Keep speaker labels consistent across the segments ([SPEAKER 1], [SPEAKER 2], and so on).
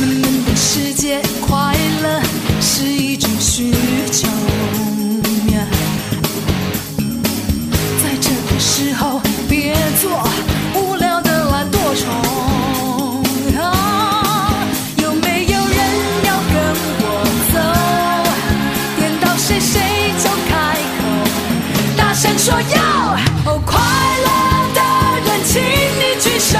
[SPEAKER 1] 人们的世界，快乐是一种需求呀。在这个时候，别做无聊的懒惰虫啊！有没有人要跟我走？点到谁谁就开口，大声说要！哦，快乐的人，请你举手。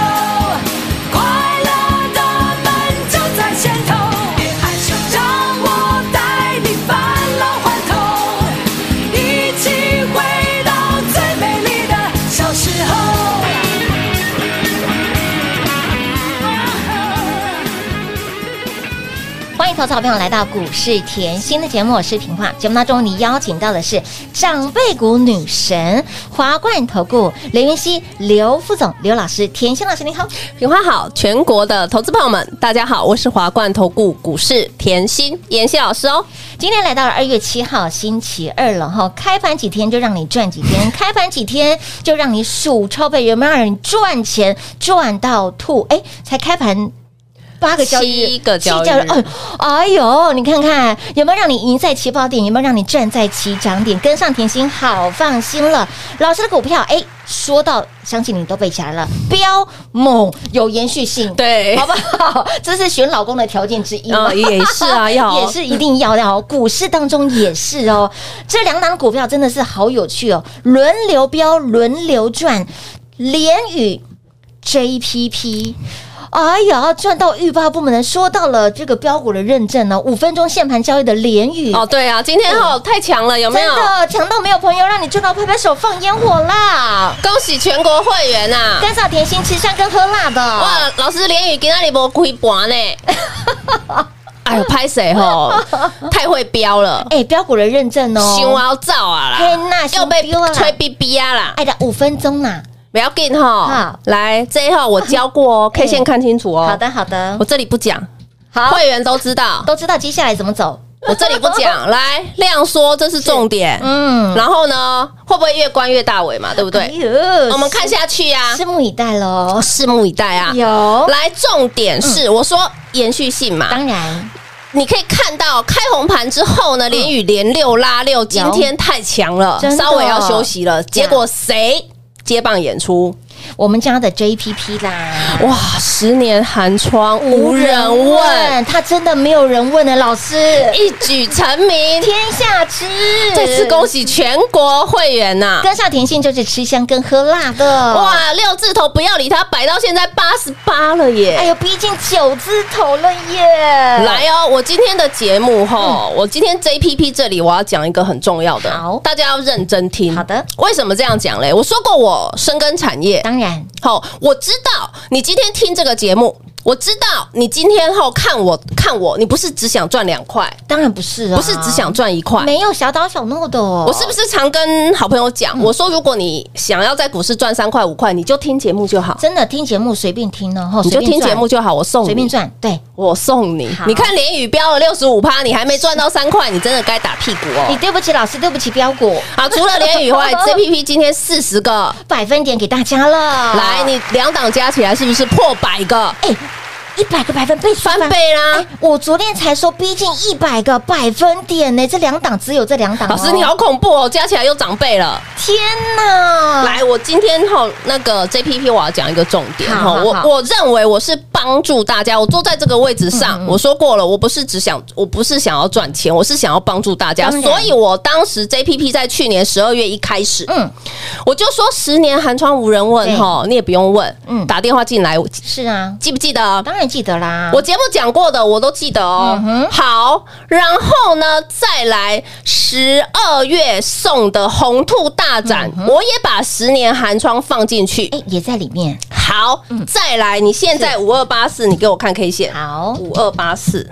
[SPEAKER 1] 快乐的门就在前头，别害羞，让我带你返老还童，一起回到最美丽的小时候。
[SPEAKER 2] 欢迎投资好朋友来到股市甜心的节目，我是平化。节目当中，你邀请到的是长辈股女神华冠投顾刘云熙、刘副总、刘老师、甜心老师，您好。
[SPEAKER 3] 品花好，全国的投资朋友们，大家好，我是华冠投顾股市甜心妍希老师哦。
[SPEAKER 2] 今天来到了二月七号星期二了哈，开盘几天就让你赚几天，开盘几天就让你数超倍，有没有让你赚钱赚到吐？哎，才开盘。八个交易日
[SPEAKER 3] 七个交易日
[SPEAKER 2] 哦，哎呦，你看看有没有让你赢在起跑点，有没有让你站在起涨点，跟上甜心，好放心了。老师的股票，哎，说到相信你都背起来了，标猛有延续性，
[SPEAKER 3] 对
[SPEAKER 2] 好不好？ 这是选老公的条件之一嘛
[SPEAKER 3] 啊、也是 啊，要
[SPEAKER 2] 也是一定要的哦。股市当中也是哦，这两档股票真的是好有趣哦，轮流飙，轮流赚，联宇 JPP。哎呀，赚到欲罢不能！说到了这个标股的认证呢、五分钟限盘交易的联宇
[SPEAKER 3] 哦，对啊，今天哦太强了，有没有
[SPEAKER 2] 真？的强到没有朋友，让你赚到拍拍手放烟火啦！
[SPEAKER 3] 恭喜全国会员呐、
[SPEAKER 2] 干燥甜心吃香跟喝辣的，
[SPEAKER 3] 哇，老师连雨今天你没亏盘呢。 哎呦，拍谁吼？太会飙了，
[SPEAKER 2] 哎、标股的认证哦，
[SPEAKER 3] 熊要造啊
[SPEAKER 2] 嘿
[SPEAKER 3] 啦，
[SPEAKER 2] 呐，
[SPEAKER 3] 又被
[SPEAKER 2] 熊彪啦
[SPEAKER 3] 吹逼逼啊啦！
[SPEAKER 2] 哎的五分钟啦，
[SPEAKER 3] 不要紧哈
[SPEAKER 2] 好，
[SPEAKER 3] 来这一号我教 过哦
[SPEAKER 2] 哎
[SPEAKER 3] ，K 线看清楚哦。
[SPEAKER 2] 好，的好的
[SPEAKER 3] 我，这里不讲，
[SPEAKER 2] 好，
[SPEAKER 3] 会员都知道。
[SPEAKER 2] 都知道接下来怎么走。
[SPEAKER 3] 我这里不讲，来量缩这是重点。
[SPEAKER 2] 嗯，
[SPEAKER 3] 然后呢，会不会越关越大尾嘛？对不
[SPEAKER 2] 哎
[SPEAKER 3] 对？
[SPEAKER 2] 对
[SPEAKER 3] 我们看下去呀、
[SPEAKER 2] 拭目以待喽。
[SPEAKER 3] 拭目以待啊。
[SPEAKER 2] 有，
[SPEAKER 3] 来，重点是、我说延续性嘛，
[SPEAKER 2] 当然
[SPEAKER 3] 你可以看到开红盘之后呢，连雨连六拉六，今天太强了
[SPEAKER 2] 真，的
[SPEAKER 3] 稍微要休息了。结果谁接棒演出？
[SPEAKER 2] 我们家的 JPP 啦，
[SPEAKER 3] 哇，十年寒窗无人问，，
[SPEAKER 2] 他真的没有人问的老师，
[SPEAKER 3] 一举成名。
[SPEAKER 2] 天下知。
[SPEAKER 3] 再次恭喜全国会员呐、
[SPEAKER 2] 跟上甜心就是吃香跟喝辣的，！
[SPEAKER 3] 哇，六字头不要理它，摆到现在八十八了耶！
[SPEAKER 2] 哎呦，逼近九字头了耶！，
[SPEAKER 3] 来哦，我今天的节目哈，我今天 JPP 这里我要讲一个很重要的
[SPEAKER 2] 嗯好，
[SPEAKER 3] 大家要认真听。
[SPEAKER 2] 好的，
[SPEAKER 3] 为什么这样讲嘞？我说过我深耕产业，
[SPEAKER 2] 当然
[SPEAKER 3] 好，我知道你今天听这个节目，我知道你今天后看我看我，你不是只想赚两块，
[SPEAKER 2] 当然不是啊，
[SPEAKER 3] 不是只想赚一块。
[SPEAKER 2] 没有小打小闹的哦，
[SPEAKER 3] 我是不是常跟好朋友
[SPEAKER 2] 嗯
[SPEAKER 3] 讲，我说如果你想要在股市赚三块五块，你就听节目就好，
[SPEAKER 2] 真的听节目哦随便听哦，吼
[SPEAKER 3] 你就听节目
[SPEAKER 2] 就
[SPEAKER 3] 就好，我送
[SPEAKER 2] 随
[SPEAKER 3] 你
[SPEAKER 2] 便。赚，对。
[SPEAKER 3] 我送你
[SPEAKER 2] 好。
[SPEAKER 3] 你看连雨标了六十五趴，你还没赚到三块，你真的该打屁股
[SPEAKER 2] 你
[SPEAKER 3] 哦。
[SPEAKER 2] 对不起老师，对不起标股，
[SPEAKER 3] 好，除了连雨 以外，JPP 今天四十个，
[SPEAKER 2] 百分点给大家了。
[SPEAKER 3] 来，你两档加起来是不是破百个？
[SPEAKER 2] 哎，一百个百分倍
[SPEAKER 3] 翻倍啦
[SPEAKER 2] 哎！我昨天才说逼近一百个百分点呢，这两档只有这两档哦。
[SPEAKER 3] 老师你好恐怖哦，加起来又长倍了。
[SPEAKER 2] 天哪！，
[SPEAKER 3] 来，我今天吼那个 JPP 我要讲一个重点
[SPEAKER 2] 好
[SPEAKER 3] 吼，
[SPEAKER 2] 好
[SPEAKER 3] 我
[SPEAKER 2] 好
[SPEAKER 3] 我认为我是帮助大家，我坐在这个位置上，
[SPEAKER 2] 嗯
[SPEAKER 3] 我说过了，我不是只想，我不是想要赚钱，我是想要帮助大家，
[SPEAKER 2] 当然
[SPEAKER 3] 所以我当时 JPP 在去年十二月一开始，
[SPEAKER 2] 嗯，
[SPEAKER 3] 我就说十年寒窗无人
[SPEAKER 2] 对
[SPEAKER 3] 问哈，你也不用问，
[SPEAKER 2] 嗯
[SPEAKER 3] 打电话进来，
[SPEAKER 2] 是啊，
[SPEAKER 3] 记不记得？
[SPEAKER 2] 当然然记得啦。
[SPEAKER 3] 我节目讲过的我都记得
[SPEAKER 2] 嗯
[SPEAKER 3] 哦。好，然后呢，再来十二月送的红兔大展，
[SPEAKER 2] 嗯
[SPEAKER 3] 我也把十年寒窗放进去。
[SPEAKER 2] 哎、也在里面。
[SPEAKER 3] 好，
[SPEAKER 2] 嗯
[SPEAKER 3] 再来，你现在五二八四，你给我看 K 线。
[SPEAKER 2] 好，
[SPEAKER 3] 五二八四，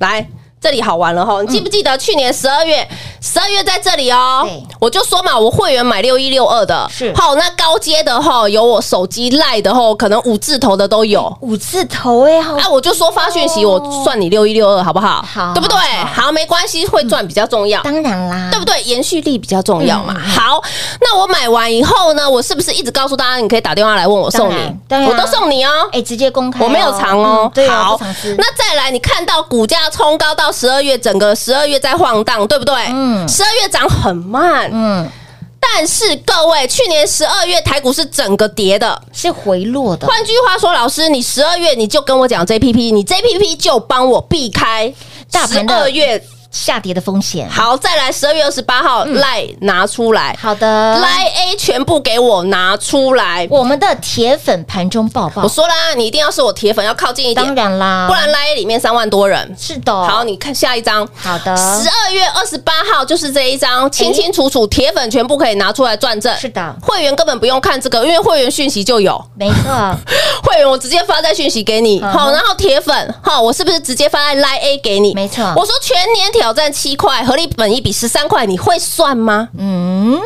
[SPEAKER 3] 来。这里好玩了
[SPEAKER 2] 嗯
[SPEAKER 3] 哈，你记不记得去年十二月，十二月在这里哦
[SPEAKER 2] 对，
[SPEAKER 3] 我就说嘛，我会员买六一六二的，
[SPEAKER 2] 是
[SPEAKER 3] 好，那高阶的哈，有我手机赖的哈，可能五字头的都有，
[SPEAKER 2] 五字头哎、好、
[SPEAKER 3] 啊，我就说发讯息，我算你六一六二，好不好？
[SPEAKER 2] 哦好
[SPEAKER 3] 对不对？
[SPEAKER 2] 好嗯
[SPEAKER 3] 好，没关系，会赚比较重要。
[SPEAKER 2] 当然啦，
[SPEAKER 3] 对不对？延续力比较重要嘛。
[SPEAKER 2] 嗯
[SPEAKER 3] 好，那我买完以后呢，我是不是一直告诉大家，你可以打电话来问我送
[SPEAKER 2] 当
[SPEAKER 3] 你
[SPEAKER 2] 然，当然
[SPEAKER 3] 我都送你哦
[SPEAKER 2] 嗯哎、。直接公开、
[SPEAKER 3] 我没有藏哦
[SPEAKER 2] 嗯，对哦，
[SPEAKER 3] 好
[SPEAKER 2] 不藏私。，
[SPEAKER 3] 那再来，你看到股价冲高到十二月，整个十二月在晃荡，对不对？
[SPEAKER 2] 嗯
[SPEAKER 3] 十二月涨很慢，
[SPEAKER 2] 嗯，
[SPEAKER 3] 但是各位，去年十二月台股是整个跌的，
[SPEAKER 2] 是回落的，
[SPEAKER 3] 换句话说，老师，你十二月你就跟我讲 JPP，你 JPP 就帮我避开
[SPEAKER 2] 大盘的
[SPEAKER 3] 二月。
[SPEAKER 2] 下跌的风险。
[SPEAKER 3] 好，再来十二月二十八号赖、拿出来，
[SPEAKER 2] 嗯好啊的，
[SPEAKER 3] 赖 A 全部给我拿出来。
[SPEAKER 2] 我们的铁粉盘中报报
[SPEAKER 3] 我，说啦，你一定要是我铁粉，要靠近一点
[SPEAKER 2] 当，然啊啦，
[SPEAKER 3] 不然赖 A 里面三万多人。
[SPEAKER 2] 是的，
[SPEAKER 3] 好，你看下一张。
[SPEAKER 2] 好的，
[SPEAKER 3] 十二月二十八号就是这一张，清清楚楚，铁粉全部可以拿出来转正。
[SPEAKER 2] 是的
[SPEAKER 3] 会员根本不用看这个，因为会员讯息就有。
[SPEAKER 2] 没 错，
[SPEAKER 3] 会员，我直接发在讯息给你，
[SPEAKER 2] 嗯哼
[SPEAKER 3] 好，然后铁粉，好，我是不是直接发在 Line A 给你？
[SPEAKER 2] 没错
[SPEAKER 3] 我说全年挑战七块，合理本一比十三块，你会算吗？
[SPEAKER 2] 嗯，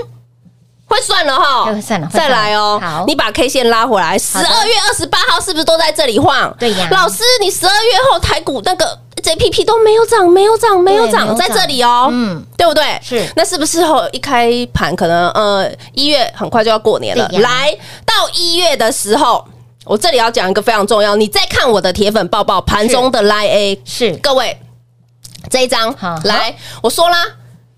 [SPEAKER 3] 会算了哈，
[SPEAKER 2] 会算了会
[SPEAKER 3] 再来哦。
[SPEAKER 2] 算了好
[SPEAKER 3] 你把 K 线拉回来，十
[SPEAKER 2] 好的
[SPEAKER 3] 二月二十八号是不是都在这里晃？
[SPEAKER 2] 对呀
[SPEAKER 3] 老师，你十二月后台股那个 JPP 都没有涨，没有涨，没有
[SPEAKER 2] 没有
[SPEAKER 3] 涨，
[SPEAKER 2] 涨
[SPEAKER 3] 在这里哦，
[SPEAKER 2] 嗯
[SPEAKER 3] 嗯，对不对？
[SPEAKER 2] 是
[SPEAKER 3] 那是不是后一开盘可能呃一月很快就要过年了，
[SPEAKER 2] 对呀
[SPEAKER 3] 来到一月的时候。我这里要讲一个非常重要，你再看我的铁粉抱抱盘中的 Line A，
[SPEAKER 2] 是
[SPEAKER 3] 各位这一张
[SPEAKER 2] 好嗯
[SPEAKER 3] 来，我说啦，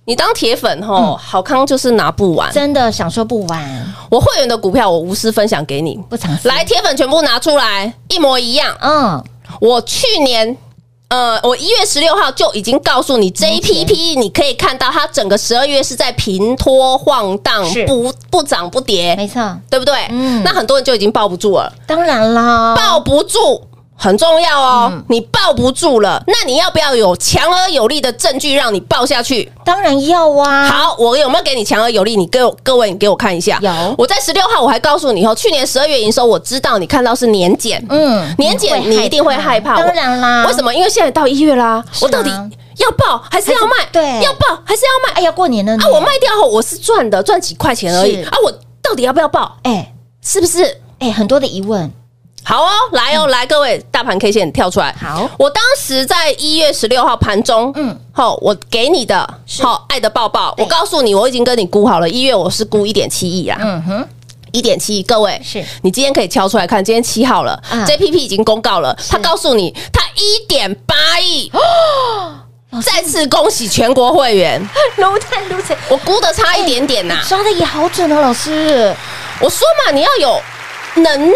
[SPEAKER 3] 你当铁粉吼，好康就是拿不完，
[SPEAKER 2] 真的想说不完，
[SPEAKER 3] 我会员的股票我无私分享给你，
[SPEAKER 2] 不藏私。
[SPEAKER 3] 来，铁粉全部拿出来，一模一样。
[SPEAKER 2] 嗯，
[SPEAKER 3] 我去年。呃，我一月十六号就已经告诉你，JPP
[SPEAKER 2] 嗯
[SPEAKER 3] 你可以看到它整个十二月是在平拖晃荡
[SPEAKER 2] 是，
[SPEAKER 3] 不不涨不跌，
[SPEAKER 2] 没错，
[SPEAKER 3] 对不对？
[SPEAKER 2] 嗯哦
[SPEAKER 3] 那很多人就已经抱不住了，
[SPEAKER 2] 当然啦，
[SPEAKER 3] 抱不住很重要
[SPEAKER 2] 嗯
[SPEAKER 3] 哦。你抱不住了，那你要不要有强而有力的证据让你抱下去？
[SPEAKER 2] 当然要啊。，
[SPEAKER 3] 好，我有没有给你强而有力？你给我各位，你给我看一下。
[SPEAKER 2] 有
[SPEAKER 3] 我在十六号我还告诉你哦，去年十二月营收我知道你看到是年减，
[SPEAKER 2] 嗯
[SPEAKER 3] 年检你一定会害怕
[SPEAKER 2] 当然啦。
[SPEAKER 3] 为什？么？因为现在到一月啦，
[SPEAKER 2] 啊是啊
[SPEAKER 3] 我到底要报还是要卖？
[SPEAKER 2] 对
[SPEAKER 3] 要报还是要卖？
[SPEAKER 2] 哎呀，过年了呢
[SPEAKER 3] 啊，我卖掉后我是赚的，赚几块钱而已
[SPEAKER 2] 是
[SPEAKER 3] 啊，我到底要不要报？
[SPEAKER 2] 哎
[SPEAKER 3] 是不是？
[SPEAKER 2] 哎，很多的疑问，
[SPEAKER 3] 好哦，来哦，来，各位，大盘 K 线跳出来。
[SPEAKER 2] 嗯好
[SPEAKER 3] 我当时在一月十六号盘中，
[SPEAKER 2] 嗯
[SPEAKER 3] 嗯，好，我给你的，好，爱的抱抱，
[SPEAKER 2] 对
[SPEAKER 3] 我告诉你，我已经跟你估好了，一月我是估一点七亿啊，
[SPEAKER 2] 嗯哼，
[SPEAKER 3] 一点七亿，各位
[SPEAKER 2] 是
[SPEAKER 3] 你今天可以敲出来看，今天七号了、
[SPEAKER 2] 嗯
[SPEAKER 3] j p p 已经公告了，他告诉你他一点八亿， 再次恭喜全国 会员，
[SPEAKER 2] 撸碳撸成，
[SPEAKER 3] 我估的差一点点呐、
[SPEAKER 2] 抓的也好准哦，老师。
[SPEAKER 3] 我说嘛，你要有能耐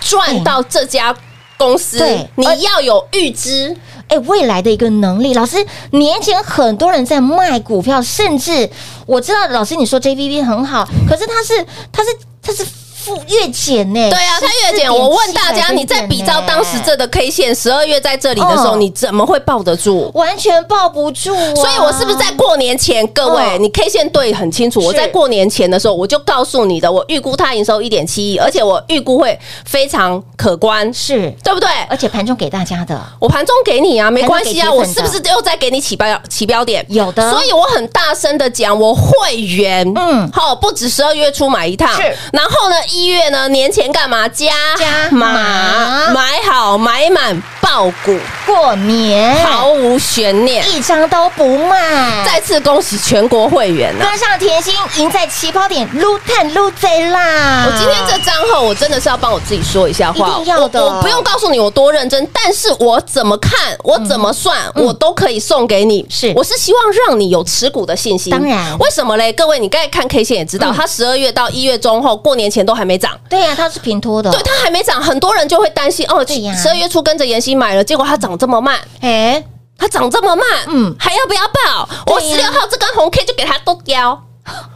[SPEAKER 3] 赚到这家公司，
[SPEAKER 2] 对
[SPEAKER 3] 你
[SPEAKER 2] 而
[SPEAKER 3] 要有预知，
[SPEAKER 2] 哎，未来的一个能力，老师，年前很多人在卖股票，甚至我知道老师你说 JPP 很好，
[SPEAKER 3] 嗯
[SPEAKER 2] 可是它是它是它是负月减呢？
[SPEAKER 3] 对啊，他月
[SPEAKER 2] 14.7
[SPEAKER 3] 姐，我问大家，你在比照当时这的 K 线，十二月在这里的时候，
[SPEAKER 2] 嗯
[SPEAKER 3] 你怎么会抱得住？
[SPEAKER 2] 完全抱不住、啊，
[SPEAKER 3] 所以我是不是在过年前，各位，
[SPEAKER 2] 嗯
[SPEAKER 3] 你 K 线对很清楚。我
[SPEAKER 2] 是
[SPEAKER 3] 在过年前的时候，我就告诉你的，我预估它营收一点七亿，而且我预估会非常可观，
[SPEAKER 2] 是，
[SPEAKER 3] 对不对？
[SPEAKER 2] 而且盘中给大家的
[SPEAKER 3] 我盘中给你啊，没关系啊，
[SPEAKER 2] 盘中给
[SPEAKER 3] 我
[SPEAKER 2] 铁粉
[SPEAKER 3] 是
[SPEAKER 2] 的
[SPEAKER 3] 不是又在给你起标起标点？
[SPEAKER 2] 有的
[SPEAKER 3] 所以我很大声的讲，我会员，
[SPEAKER 2] 嗯
[SPEAKER 3] 嗯，好，不止十二月初买一趟，
[SPEAKER 2] 是
[SPEAKER 3] 然后呢，一月呢，年前干嘛加
[SPEAKER 2] 加码
[SPEAKER 3] 码买好买满爆股，
[SPEAKER 2] 过年，
[SPEAKER 3] 毫无悬念，
[SPEAKER 2] 一张都不卖，
[SPEAKER 3] 再次恭喜全国会员啊呐、
[SPEAKER 2] 跟上甜心，赢在起跑点，撸探撸贼啦！
[SPEAKER 3] 我今天这账后，我真的是要帮我自己说一下话。
[SPEAKER 2] 一定要的
[SPEAKER 3] 我我不用告诉你我多认真，但是我怎么看，我怎么算，我都可以送给你。
[SPEAKER 2] 嗯是
[SPEAKER 3] 我是希望让你有持股的信心。
[SPEAKER 2] 当然嗯
[SPEAKER 3] 为什么嘞？各位，你刚才看 K 线也知道，它十二月到一月中后，过年前都还没涨。
[SPEAKER 2] 对呀、它是平拖的，
[SPEAKER 3] 对，它还没涨，很多人就会担心哦。
[SPEAKER 2] 嗯对呀
[SPEAKER 3] 十二月初跟着妍希买了，结果它涨这么慢，
[SPEAKER 2] 哎，
[SPEAKER 3] 它涨这么慢，
[SPEAKER 2] 嗯
[SPEAKER 3] 嗯，还要不要报？我
[SPEAKER 2] 对
[SPEAKER 3] 十
[SPEAKER 2] 呀
[SPEAKER 3] 六号这根红 K 就给它剁掉。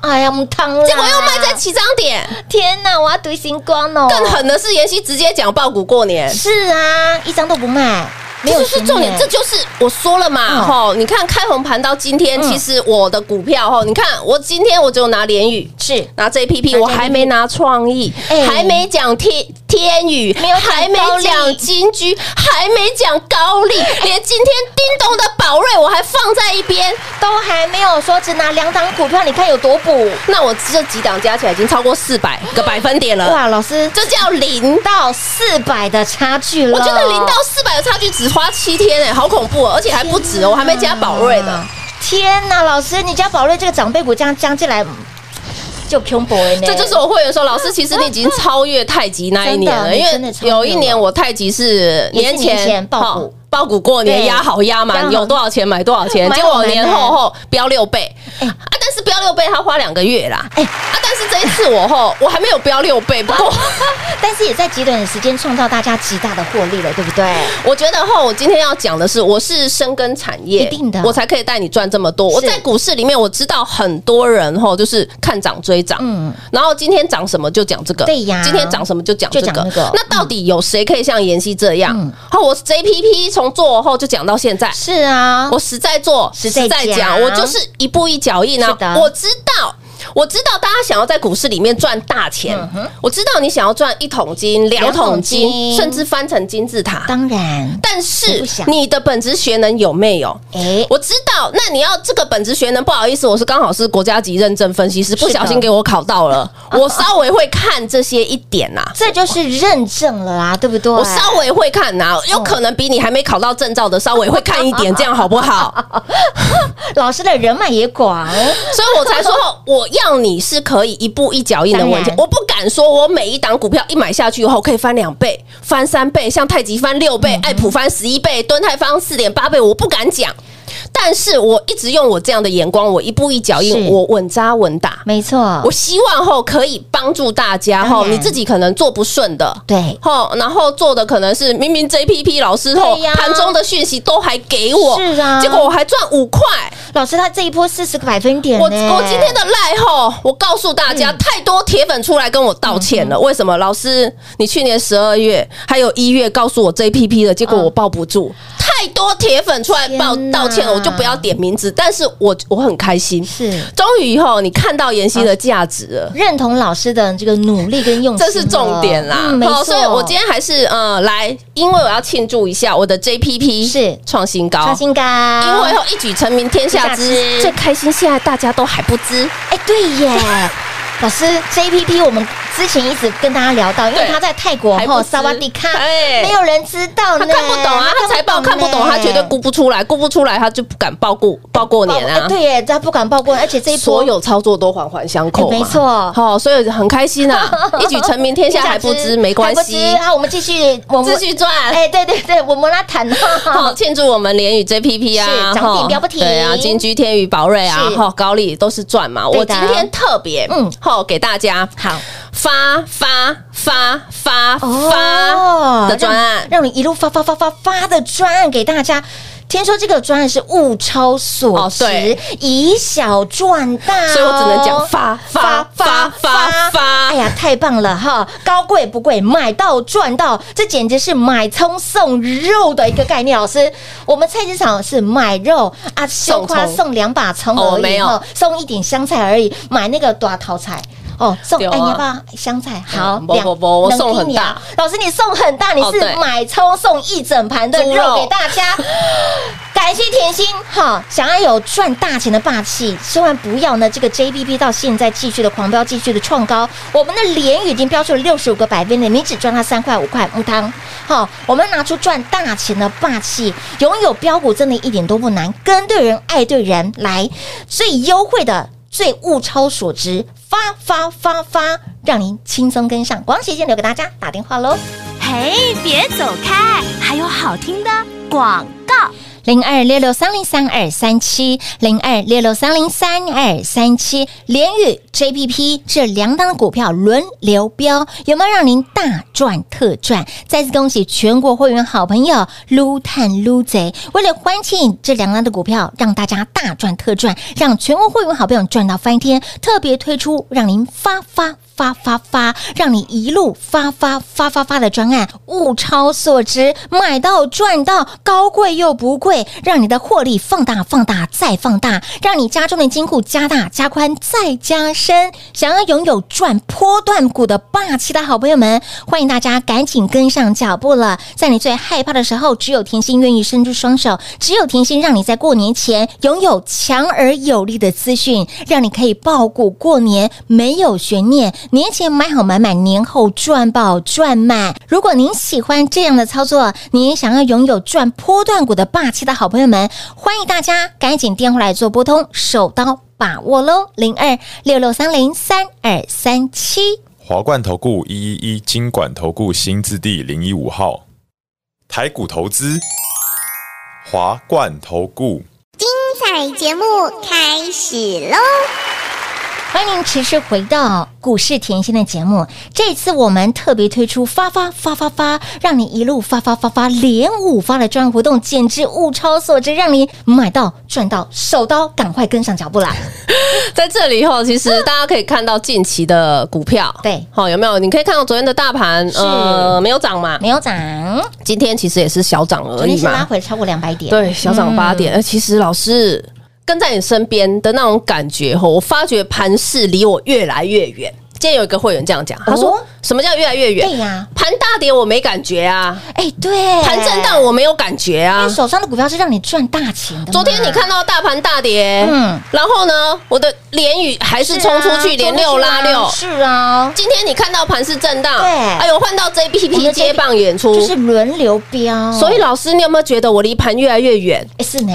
[SPEAKER 2] 哎呀，我们汤啦，
[SPEAKER 3] 结果又卖在起涨点。
[SPEAKER 2] 天哪，我要堆星光哦，
[SPEAKER 3] 更狠的是，妍希直接讲爆股过年。
[SPEAKER 2] 是啊，一张都不卖，没
[SPEAKER 3] 这
[SPEAKER 2] 有
[SPEAKER 3] 就是
[SPEAKER 2] 钱
[SPEAKER 3] 重点，
[SPEAKER 2] 耶
[SPEAKER 3] 这就是我说了嘛，
[SPEAKER 2] 嗯
[SPEAKER 3] 吼、你看开红盘到今天，
[SPEAKER 2] 嗯
[SPEAKER 3] 其实我的股票，吼，你看我今天我只有拿联宇，
[SPEAKER 2] 是
[SPEAKER 3] 拿 JPP，
[SPEAKER 2] 拿
[SPEAKER 3] 我还没拿创意，
[SPEAKER 2] 哎
[SPEAKER 3] 还没讲天天宇，
[SPEAKER 2] 没有讲
[SPEAKER 3] 还没
[SPEAKER 2] 高丽
[SPEAKER 3] 讲金居，还没讲高丽，连今天叮咚的宝瑞我还放在一边，
[SPEAKER 2] 都还没有说只拿两档股票，你看有多补
[SPEAKER 3] 那我这几档加起来已经超过四百个百分点了，
[SPEAKER 2] 哇！老师
[SPEAKER 3] 这叫零。
[SPEAKER 2] 到四百的差距了，
[SPEAKER 3] 我觉得零到四百的差距只花七天哎、好恐怖、哦，而且还不止哦，我还没加宝瑞呢。
[SPEAKER 2] 天哪，老师，你家宝瑞这个长辈股这样将进来嗯就 Q 博呢，
[SPEAKER 3] 这就是我会员说，老师，其实你已经超越太极那一年
[SPEAKER 2] 真
[SPEAKER 3] 了，
[SPEAKER 2] 的你
[SPEAKER 3] 因
[SPEAKER 2] 真的
[SPEAKER 3] 为
[SPEAKER 2] 超越了
[SPEAKER 3] 有一年我太极是年
[SPEAKER 2] 也是年前
[SPEAKER 3] 前
[SPEAKER 2] 爆股
[SPEAKER 3] 哦爆股过年
[SPEAKER 2] 对
[SPEAKER 3] 压好压
[SPEAKER 2] 压
[SPEAKER 3] 满，
[SPEAKER 2] 好
[SPEAKER 3] 有多少钱买多少钱，
[SPEAKER 2] 买
[SPEAKER 3] 结
[SPEAKER 2] 好
[SPEAKER 3] 果
[SPEAKER 2] 买
[SPEAKER 3] 年
[SPEAKER 2] 满
[SPEAKER 3] 后后飙六倍啊！但是飙六倍他花两个月啦，
[SPEAKER 2] 哎
[SPEAKER 3] 啊！但是这一次我后我还没有飙六倍，不 过
[SPEAKER 2] 但是也在极短的时间创造大家极大的获利了，对不对？
[SPEAKER 3] 我觉得后我今天要讲的是，我是深耕产业，
[SPEAKER 2] 一定的
[SPEAKER 3] 我才可以带你赚这么多。我
[SPEAKER 2] 是
[SPEAKER 3] 在股市里面，我知道很多人吼就是看涨追涨，
[SPEAKER 2] 嗯
[SPEAKER 3] 嗯，然后今天涨什么就讲这个，
[SPEAKER 2] 对呀
[SPEAKER 3] 今天涨什么就讲这
[SPEAKER 2] 就
[SPEAKER 3] 个
[SPEAKER 2] 讲那个。
[SPEAKER 3] 那到底有谁可以像妍希这样
[SPEAKER 2] 嗯？
[SPEAKER 3] 哦，我 JPP 从做后就讲到现在，
[SPEAKER 2] 是啊，
[SPEAKER 3] 我实在做，
[SPEAKER 2] 实在讲
[SPEAKER 3] 我就是一步一脚印
[SPEAKER 2] 是
[SPEAKER 3] 啊
[SPEAKER 2] 的！
[SPEAKER 3] 我知道。我知道大家想要在股市里面赚大钱，我知道你想要赚一桶金、两
[SPEAKER 2] 嗯两桶
[SPEAKER 3] 桶金，
[SPEAKER 2] 金
[SPEAKER 3] 甚至翻成金字塔。
[SPEAKER 2] 当然，
[SPEAKER 3] 但
[SPEAKER 2] 我
[SPEAKER 3] 是
[SPEAKER 2] 不想
[SPEAKER 3] 你的本职学能有没有？
[SPEAKER 2] 哎，
[SPEAKER 3] 我知道，那你要这个本职学能，不好意思，我是刚好是国家级认证分析师，
[SPEAKER 2] 是的
[SPEAKER 3] 不小心给我考 到了。我稍微会看这些一点啦、
[SPEAKER 2] 这就是认证了啦，对不对？
[SPEAKER 3] 我稍微会看呐、
[SPEAKER 2] 哦
[SPEAKER 3] 有可能比你还没考到证照的稍微会看一点，这样好不好？
[SPEAKER 2] 老师的人脉也广，哦
[SPEAKER 3] 所以我才说，我要你是可以一步一脚印的
[SPEAKER 2] 当然
[SPEAKER 3] 稳健。我不敢说我每一档股票一买下去以后可以翻两倍、翻三倍，像太极翻六
[SPEAKER 2] 嗯
[SPEAKER 3] 倍、爱普翻十一倍、敦泰翻四点八倍，我不敢讲。但是我一直用我这样的眼光，我一步一脚印，
[SPEAKER 2] 是
[SPEAKER 3] 我稳扎稳打。
[SPEAKER 2] 没错
[SPEAKER 3] 我，希望后可以帮助大家
[SPEAKER 2] 当
[SPEAKER 3] 后，
[SPEAKER 2] 然
[SPEAKER 3] 你自己可能做不顺的。
[SPEAKER 2] 对，
[SPEAKER 3] 吼，然后做的可能是明明 JPP 老师后
[SPEAKER 2] 对呀
[SPEAKER 3] 盘中的讯息都还给我，
[SPEAKER 2] 是啊
[SPEAKER 3] 结果我还赚五块，
[SPEAKER 2] 老师他这一波四十个百分点
[SPEAKER 3] 我
[SPEAKER 2] 呢
[SPEAKER 3] 我今天的赖吼，我告诉大
[SPEAKER 2] 嗯
[SPEAKER 3] 家，太多铁粉出来跟我道歉了。为什么？老师，你去年十二月还有一月告诉我 JPP 的，结果我抱不住。太多铁粉出来报
[SPEAKER 2] 嗯天哪
[SPEAKER 3] 道歉了，我就不要点名字，但是我我很开心，
[SPEAKER 2] 是
[SPEAKER 3] 终于以后你看到妍希的价值了。
[SPEAKER 2] 认同老师的这个努力跟用心了，
[SPEAKER 3] 这是重点啦，
[SPEAKER 2] 嗯没错，
[SPEAKER 3] 所以我今天还是呃来，因为我要庆祝一下我的 JPP
[SPEAKER 2] 是
[SPEAKER 3] 创新高，
[SPEAKER 2] 刷新高，
[SPEAKER 3] 因为后一举成名天下
[SPEAKER 2] 天下知
[SPEAKER 3] 知，最开心现在大家都还不知，
[SPEAKER 2] 哎，对耶。老师，JPP 我们之前一直跟大家聊到，因为
[SPEAKER 3] 对
[SPEAKER 2] 他在泰国
[SPEAKER 3] 还不
[SPEAKER 2] 后
[SPEAKER 3] 知
[SPEAKER 2] 萨瓦迪卡，
[SPEAKER 3] 哎
[SPEAKER 2] 没有人知道
[SPEAKER 3] 他
[SPEAKER 2] 呢，
[SPEAKER 3] 看不懂啊，他财报看不懂，
[SPEAKER 2] 呢
[SPEAKER 3] 他绝对估不出来，估不出来他就不敢报过报过
[SPEAKER 2] 报
[SPEAKER 3] 年
[SPEAKER 2] 哎
[SPEAKER 3] 啊。
[SPEAKER 2] 对耶，他不敢报过，而且这一波
[SPEAKER 3] 所有操作都环环相扣嘛，
[SPEAKER 2] 哎没错
[SPEAKER 3] 好，所以很开心 啊，一举成名，天下还不知，没关系
[SPEAKER 2] 还不知，好，我们继续，我们
[SPEAKER 3] 继续赚。
[SPEAKER 2] 哎，对对对，我们来谈
[SPEAKER 3] 好，
[SPEAKER 2] 哈，
[SPEAKER 3] 庆祝我们联宇 JPP 啊，
[SPEAKER 2] 是涨点
[SPEAKER 3] 吼
[SPEAKER 2] 标不停
[SPEAKER 3] 对啊，金居、天宇、宝瑞啊
[SPEAKER 2] 是，
[SPEAKER 3] 哈，高丽都是赚嘛。
[SPEAKER 2] 对
[SPEAKER 3] 我
[SPEAKER 2] 的
[SPEAKER 3] 今天特别，
[SPEAKER 2] 嗯
[SPEAKER 3] 嗯，好给大家
[SPEAKER 2] 好
[SPEAKER 3] 发发发发
[SPEAKER 2] 哦
[SPEAKER 3] 发的专案，
[SPEAKER 2] 让你一路发发发发发的专案给大家。听说这个专案是物超所值，
[SPEAKER 3] 哦对
[SPEAKER 2] 以小赚大哦、
[SPEAKER 3] 所以我只能讲发发发发发
[SPEAKER 2] 哎呀，太棒了哈！高贵不贵，买到赚到，这简直是买葱送肉的一个概念。老师，我们菜市场是买肉啊，送花
[SPEAKER 3] 葱
[SPEAKER 2] 送两把葱
[SPEAKER 3] 哦
[SPEAKER 2] 而
[SPEAKER 3] 没
[SPEAKER 2] 已，
[SPEAKER 3] 有
[SPEAKER 2] 哈送一点香菜而已，买那个大头菜。哦，送哎、
[SPEAKER 3] 对啊
[SPEAKER 2] 你要不要香菜？好，
[SPEAKER 3] 嗯不
[SPEAKER 2] 两
[SPEAKER 3] 不不我
[SPEAKER 2] 两
[SPEAKER 3] 送很
[SPEAKER 2] 斤呀
[SPEAKER 3] 大
[SPEAKER 2] 老师，你送很大，你
[SPEAKER 3] 哦
[SPEAKER 2] 是
[SPEAKER 3] 对
[SPEAKER 2] 买葱送一整盘的
[SPEAKER 3] 猪
[SPEAKER 2] 肉
[SPEAKER 3] 肉
[SPEAKER 2] 给大家。感谢甜心，好，想要有赚大钱的霸气，千万不要呢。这个 JBP 到现在继续的狂飙，继续的创高，我们的连宇已经飙出了六十五个百分点，你只赚它三块五块木汤。好，我们拿出赚大钱的霸气，拥有标股真的一点都不难，跟对人，爱对人，来最优惠的，最物超所值，发发发发，让您轻松跟上。光时间留给大家打电话喽。
[SPEAKER 4] 嘿，别走开，还有好听的广告。
[SPEAKER 2] 零二六六三零三二三七零二六六三零三二三七，联宇 JPP 这两档股票轮流标，有没有让您大赚特赚？再次恭喜全国会员好朋友撸探撸贼，为了欢庆这两档的股票，让大家大赚特赚，让全国会员好朋友赚到翻天，特别推出让您发发。发发发，让你一路发发发发发的专案，物超所值，买到赚到，高贵又不贵，让你的获利放大放大再放大，让你家中的金库加大加宽再加深。想要拥有赚波段股的霸气的好朋友们，欢迎大家赶紧跟上脚步了。在你最害怕的时候，只有甜心愿意伸出双手，只有甜心让你在过年前拥有强而有力的资讯，让你可以爆股过年，没有悬念，年前买好买满，年后赚爆赚满。如果您喜欢这样的操作，你也想要拥有赚波段股的霸气的好朋友们，欢迎大家赶紧电话来做拨通，手刀把握喽，零二六六三零三二三七。
[SPEAKER 5] 华冠投顾一一一金管投顾新字第零一五号，台股投资，华冠投顾。
[SPEAKER 6] 彩节目开始喽！
[SPEAKER 2] 欢迎您持续回到股市甜心的节目。这次我们特别推出发发发发发，让你一路发发发发连五发的专案活动，简直物超所值，让你买到赚到，手刀赶快跟上脚步啦！
[SPEAKER 3] 在这里后，其实大家可以看到近期的股票，
[SPEAKER 2] 对
[SPEAKER 3] 好、有没有？你可以看到昨天的大盘，呃，没有涨嘛，
[SPEAKER 2] 没有涨，
[SPEAKER 3] 今天其实也是小涨而
[SPEAKER 2] 昨天
[SPEAKER 3] 已
[SPEAKER 2] 是拉
[SPEAKER 3] 嘛，
[SPEAKER 2] 回了超过两百点，嗯
[SPEAKER 3] 对，小涨八点。呃其实老师跟在你身边的那种感觉，吼，我发觉盘势离我越来越远。今天有一个会员这样讲，他说：“
[SPEAKER 2] 哦
[SPEAKER 3] 什么叫越来越远？
[SPEAKER 2] 对呀
[SPEAKER 3] 盘大跌我没感觉啊，
[SPEAKER 2] 哎、对，
[SPEAKER 3] 盘震荡我没有感觉啊
[SPEAKER 2] 因为。手上的股票是让你赚大钱的嘛。
[SPEAKER 3] 昨天你看到大盘大跌，
[SPEAKER 2] 嗯
[SPEAKER 3] 嗯，然后呢，我的连雨还是
[SPEAKER 2] 啊
[SPEAKER 3] 冲出去，连六拉六，
[SPEAKER 2] 是啊，
[SPEAKER 3] 今天你看到盘是震荡，
[SPEAKER 2] 对
[SPEAKER 3] 哎呦，换到
[SPEAKER 2] 我们的
[SPEAKER 3] JPP 接棒演出，
[SPEAKER 2] 就是哦轮流标，
[SPEAKER 3] 所以老师，你有没有觉得我离盘越来越远？
[SPEAKER 2] 哎是呢，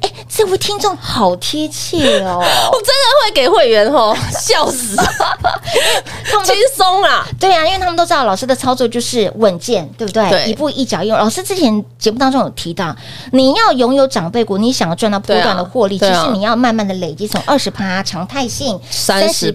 [SPEAKER 2] 哎，这位听众好贴切哦。
[SPEAKER 3] 我真的会给会 员吼笑死，
[SPEAKER 2] 他们都
[SPEAKER 3] 轻松啦，
[SPEAKER 2] 对啊，因为他们都知道老师的操作就是稳健，对不对？
[SPEAKER 3] 对
[SPEAKER 2] 一步一脚印。老师之前节目当中有提到，你要拥有长辈股，你想要赚到波
[SPEAKER 3] 对啊
[SPEAKER 2] 段的获利，其
[SPEAKER 3] 对啊
[SPEAKER 2] 实你要慢慢的累积，从二十趴常态性、
[SPEAKER 3] 30%
[SPEAKER 2] 50%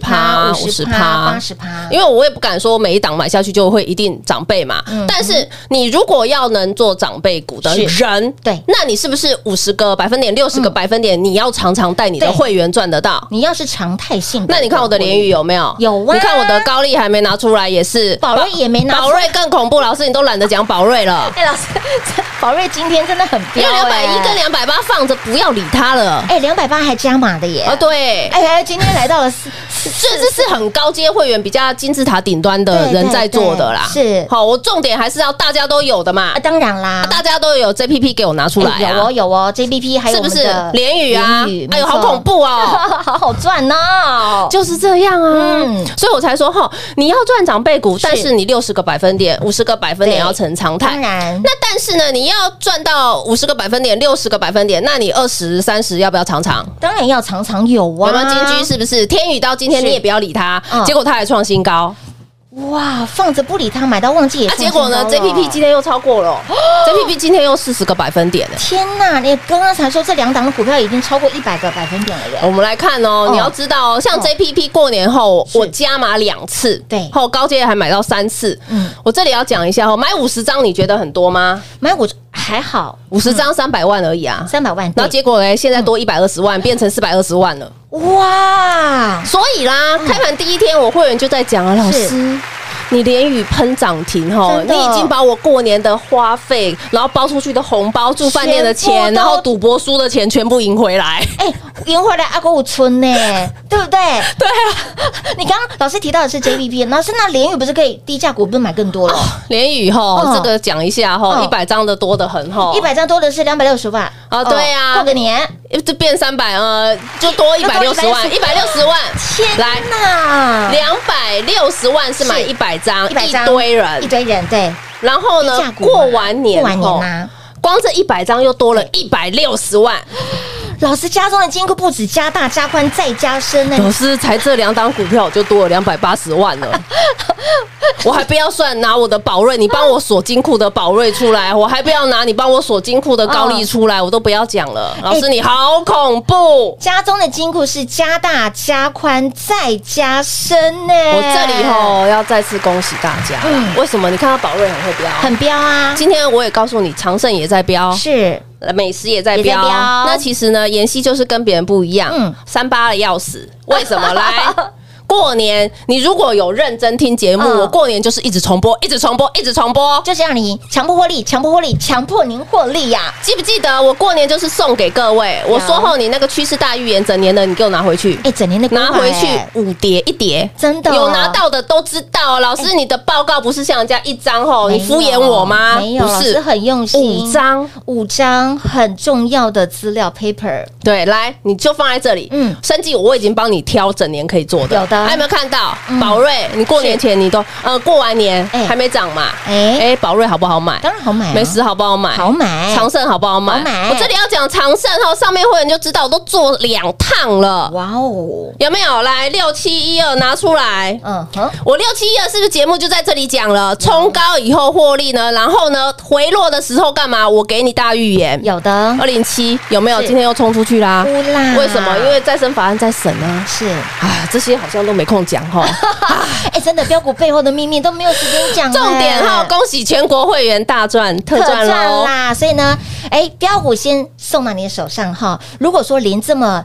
[SPEAKER 2] 80%、
[SPEAKER 3] 50%
[SPEAKER 2] 八十
[SPEAKER 3] 因为我也不敢说每一档买下去就会一定长辈嘛，
[SPEAKER 2] 嗯
[SPEAKER 3] 但是你如果要能做长辈股的人，
[SPEAKER 2] 对嗯
[SPEAKER 3] 那你是不是五十个百分点、六十个百分点，你要常常带你的
[SPEAKER 2] 对
[SPEAKER 3] 会员赚得到？
[SPEAKER 2] 你要是常态性，
[SPEAKER 3] 那你看我的联宇。有没有？
[SPEAKER 2] 有啊
[SPEAKER 3] 你看我的高丽还没拿出来，也是
[SPEAKER 2] 宝瑞也没拿出
[SPEAKER 3] 宝
[SPEAKER 2] 来
[SPEAKER 3] 瑞更恐怖，老师你都懒得讲宝 瑞了。
[SPEAKER 2] 哎，老师，这 宝瑞今天真的很彪、
[SPEAKER 3] 因为
[SPEAKER 2] 哎
[SPEAKER 3] 两百一跟两百八放着，不要理它了。
[SPEAKER 2] 哎两百八还加码的耶！
[SPEAKER 3] 啊，对，
[SPEAKER 2] 哎哎，今天来到了四四
[SPEAKER 3] 这这是很高阶会员比较金字塔顶端的
[SPEAKER 2] 对
[SPEAKER 3] 人
[SPEAKER 2] 对
[SPEAKER 3] 在做的啦。
[SPEAKER 2] 对是
[SPEAKER 3] 好，我重点还是要大家都有的嘛
[SPEAKER 2] 啊，，当然啦，
[SPEAKER 3] 大家都有 JPP 给我拿出来
[SPEAKER 2] 哎有
[SPEAKER 3] 啊
[SPEAKER 2] 哦，有哦，JBP 还有
[SPEAKER 3] 是不是
[SPEAKER 2] 我们的
[SPEAKER 3] 联宇啊
[SPEAKER 2] 联宇？
[SPEAKER 3] 哎
[SPEAKER 2] 没
[SPEAKER 3] 呦，
[SPEAKER 2] 错
[SPEAKER 3] 好恐怖 哦！
[SPEAKER 2] 好好赚哦！
[SPEAKER 3] 就是这样啊，
[SPEAKER 2] 嗯
[SPEAKER 3] 所以我才说哈，你要赚长辈股，
[SPEAKER 2] 是
[SPEAKER 3] 但是你六十个百分点、五十个百分
[SPEAKER 2] 对
[SPEAKER 3] 点要成常
[SPEAKER 2] 当
[SPEAKER 3] 态。
[SPEAKER 2] 然，
[SPEAKER 3] 那但是呢，你要赚到五十个百分点、六十个百分点，那你二十三十要不要尝尝？
[SPEAKER 2] 当然要常常有啊。
[SPEAKER 3] 我们金居是不是天宇到今天
[SPEAKER 2] 是
[SPEAKER 3] 你也不要理它
[SPEAKER 2] 嗯，
[SPEAKER 3] 结果它还创新高，
[SPEAKER 2] 哇，放着不理他，买到忘记也
[SPEAKER 3] 啊
[SPEAKER 2] 创，新
[SPEAKER 3] 结
[SPEAKER 2] 高
[SPEAKER 3] 果
[SPEAKER 2] 了、
[SPEAKER 3] 呢，JPP 今天又超 过了，JPP 今天又四十个百分点呢。
[SPEAKER 2] 天哪！你刚刚才说这两档的股票已经超过一百个百分点了耶。
[SPEAKER 3] 我们来看哦
[SPEAKER 2] 哦，
[SPEAKER 3] 你要知道哦，像
[SPEAKER 2] 哦
[SPEAKER 3] JPP 过年后
[SPEAKER 2] 是
[SPEAKER 3] 我加码两次，
[SPEAKER 2] 对
[SPEAKER 3] 后高阶还买到三次。
[SPEAKER 2] 嗯
[SPEAKER 3] 嗯，我这里要讲一下哦，买五十张你觉得很多吗？
[SPEAKER 2] 买我还好，
[SPEAKER 3] 五十张三百万而已啊。
[SPEAKER 2] 嗯三百嗯万。
[SPEAKER 3] 然后
[SPEAKER 2] 对
[SPEAKER 3] 结果嘞，现在多一百二十万，变成四百二十万了。
[SPEAKER 2] 哇，
[SPEAKER 3] 所以啦，开盘第一天，我会员就在讲啊，老
[SPEAKER 2] 嗯是
[SPEAKER 3] 师。你连雨喷涨停吼，
[SPEAKER 2] 真
[SPEAKER 3] 你
[SPEAKER 2] 的
[SPEAKER 3] 已经把我过年的花费，然后包出去的红包、住饭店的
[SPEAKER 2] 全
[SPEAKER 3] 钱，
[SPEAKER 2] 部都
[SPEAKER 3] 然后赌博输的钱全部赢回来。
[SPEAKER 2] 哎、赢回来阿国五村 呢，对不对？
[SPEAKER 3] 对啊，
[SPEAKER 2] 你刚刚老师提到的是 JBP，老师那联宇不是可以低价股不是买更多了？
[SPEAKER 3] 连雨吼
[SPEAKER 2] 嗯，
[SPEAKER 3] 这个讲一下
[SPEAKER 2] 嗯
[SPEAKER 3] 吼，一百张的多的很吼，
[SPEAKER 2] 一百张多的是两百六十万
[SPEAKER 3] 哦对啊
[SPEAKER 2] 过个年，
[SPEAKER 3] 就变三百，呃，就多一百六十万，一百六十万，
[SPEAKER 2] 天
[SPEAKER 3] 来
[SPEAKER 2] 哪，
[SPEAKER 3] 两百六十万是买
[SPEAKER 2] 是
[SPEAKER 3] 一百张，
[SPEAKER 2] 100
[SPEAKER 3] 一堆
[SPEAKER 2] 一
[SPEAKER 3] 人，
[SPEAKER 2] 堆人对，
[SPEAKER 3] 然后呢
[SPEAKER 2] 低价，股嘛
[SPEAKER 3] 过完年
[SPEAKER 2] 过完年
[SPEAKER 3] 后
[SPEAKER 2] 啊
[SPEAKER 3] 光这一百张又多了一百六十万，
[SPEAKER 2] 老师家中的金库不止加大、加宽，再加深呢、
[SPEAKER 3] 老师才这两档股票我就多了两百八十 万了，我还不要算拿我的宝瑞，你帮我锁金库的宝瑞出来，我还不要拿你帮我锁金库的高利出来，我都不要讲了。老师
[SPEAKER 2] 嗯哎
[SPEAKER 3] 你好恐怖！
[SPEAKER 2] 家中的金库是加大、加宽，再加深呢、
[SPEAKER 3] 我这里吼要再次恭喜大家，为什么？你看到宝瑞很会飙，
[SPEAKER 2] 嗯很彪啊，
[SPEAKER 3] 今天我也告诉你，长盛也在飙，
[SPEAKER 2] 是
[SPEAKER 3] 美食也在
[SPEAKER 2] 也在
[SPEAKER 3] 飙。
[SPEAKER 2] 飙
[SPEAKER 3] 那其实呢，妍希就是跟别人不一样，
[SPEAKER 2] 嗯
[SPEAKER 3] 三八的要死。为 什么来？过年，你如果有认真听节目，
[SPEAKER 2] 嗯
[SPEAKER 3] 我过年就是一直重播，一直重播，一直重播。
[SPEAKER 2] 就是让你强迫获利、强迫获利、强迫您获利呀、
[SPEAKER 3] 记不记得我过年就是送给各位，我说后你那个趋势大预言整年的，你给我拿回去。
[SPEAKER 2] 哎、整年的规划
[SPEAKER 3] 拿回去
[SPEAKER 2] 哎
[SPEAKER 3] 五叠一叠，
[SPEAKER 2] 真的啊哎
[SPEAKER 3] 有拿到的都知道。老师，你的报告不是像人家一张吼，
[SPEAKER 2] 没有
[SPEAKER 3] 你敷衍我吗？
[SPEAKER 2] 没有，
[SPEAKER 3] 不
[SPEAKER 2] 老
[SPEAKER 3] 是
[SPEAKER 2] 师很用心。
[SPEAKER 3] 五张，
[SPEAKER 2] 五张很重要的资料 paper，
[SPEAKER 3] 对，来，你就放在这里。
[SPEAKER 2] 嗯
[SPEAKER 3] 嗯，生计我已经帮你挑整年可以做的，
[SPEAKER 2] 有的
[SPEAKER 3] 还有没有看到
[SPEAKER 2] 嗯？
[SPEAKER 3] 宝瑞，你过年前你都呃过完年
[SPEAKER 2] 哎
[SPEAKER 3] 还没涨嘛？
[SPEAKER 2] 哎
[SPEAKER 3] 哎，宝瑞好不好买？
[SPEAKER 2] 当然好买、啊，
[SPEAKER 3] 美食好不好买？
[SPEAKER 2] 好买
[SPEAKER 3] 长盛好不好买？
[SPEAKER 2] 好买
[SPEAKER 3] 我这里要讲长盛哦，上面会员就知道，我都做两趟了，
[SPEAKER 2] 哇哦，
[SPEAKER 3] 有没有？来六七一二拿出来。
[SPEAKER 2] 嗯哼，
[SPEAKER 3] 我六七一二是不是节目就在这里讲了？冲高以后获利
[SPEAKER 2] 嗯
[SPEAKER 3] 呢，然后呢回落的时候干嘛？我给你大预言，
[SPEAKER 2] 有的
[SPEAKER 3] 二零七有没有？
[SPEAKER 2] 是
[SPEAKER 3] 今天又冲出去啦。
[SPEAKER 2] 乌啦，
[SPEAKER 3] 为什么？因为再生法案在审啊。
[SPEAKER 2] 是
[SPEAKER 3] 嗯啊，这些好像都没空讲 哈。
[SPEAKER 2] 哎，真的标股背后的秘密都没有时间讲，
[SPEAKER 3] 重点哈，
[SPEAKER 2] 哎
[SPEAKER 3] 恭喜全国会员大赚特赚喽！
[SPEAKER 2] 啦！所以呢，哎，标股先送到你的手上哈。如果说连这么。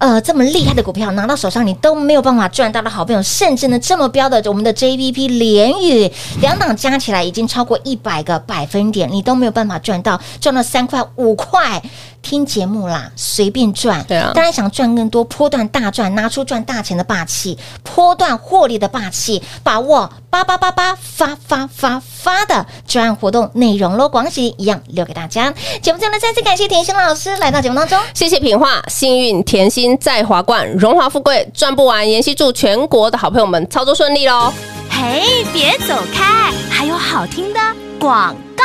[SPEAKER 2] 呃，这么厉害的股票拿到手上，你都没有办法赚到的好朋友，甚至呢，这么标的我们的 JVP 联宇两档加起来已经超过一百个百分点，你都没有办法赚到，赚到三块五块，听节目啦，随便赚。
[SPEAKER 3] 对啊
[SPEAKER 2] 当然想赚更多，波段大赚，拿出赚大钱的霸气，波段获利的霸气，把握八八八八发发发发的专案活动内容喽。广喜一样留给大家。节目最后呢，再次感谢甜心老师来到节目当中。
[SPEAKER 3] 谢谢品画、幸运、甜心、在华冠、荣华富贵赚不完，妍希祝全国的好朋友们操作顺利喽！
[SPEAKER 4] 嘿，别走开，还有好听的广告。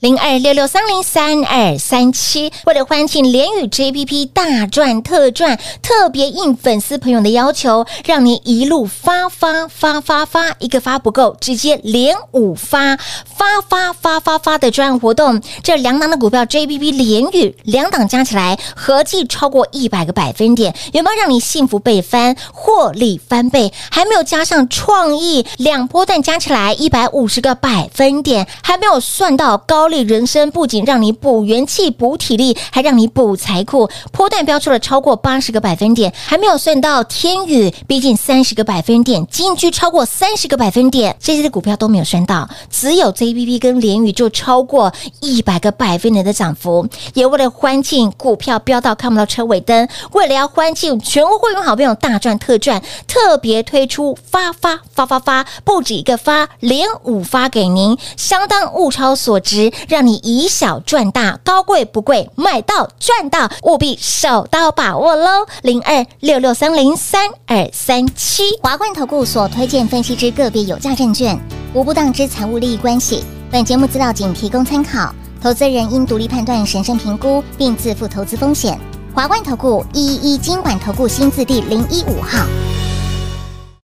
[SPEAKER 2] 零二六六三零三二三七。为了欢庆联宇 JPP 大赚特赚，特别应粉丝朋友的要求，让您一路发发发发发，一个发不够，直接连五发发发发发发的专案活动。这两档的股票 JPP 联宇两档加起来合计超过一百个百分点，有没有让你幸福倍翻、获利翻倍？还没有加上创意两波段加起来一百五十个百分点，还没有算到高利人生，不仅让你补元气、补体力，还让你补财库。波段标出了超过八十个百分点，还没有算到天宇逼近三十个百分点，金居超过三十个百分点，这些的股票都没有算到，只有 JPP 跟联宇就超过一百个百分点的涨幅。也为了欢庆股票飙到看不到车尾灯，为了要欢庆全国会员好朋友大赚特赚，特别推出发发发发发，不止一个发，连五发给您，相当物超所值，让你以小赚大，高贵不贵，买到赚到，务必手到把握喽！零二六六三零三二三七。
[SPEAKER 6] 华冠投顾所推荐分析之个别有价证券，无不当之财务利益关系。本节目资料仅提供参考，投资人应独立判断、审慎评估，并自负投资风险。华冠投顾一一一金管投顾新字第零一五号。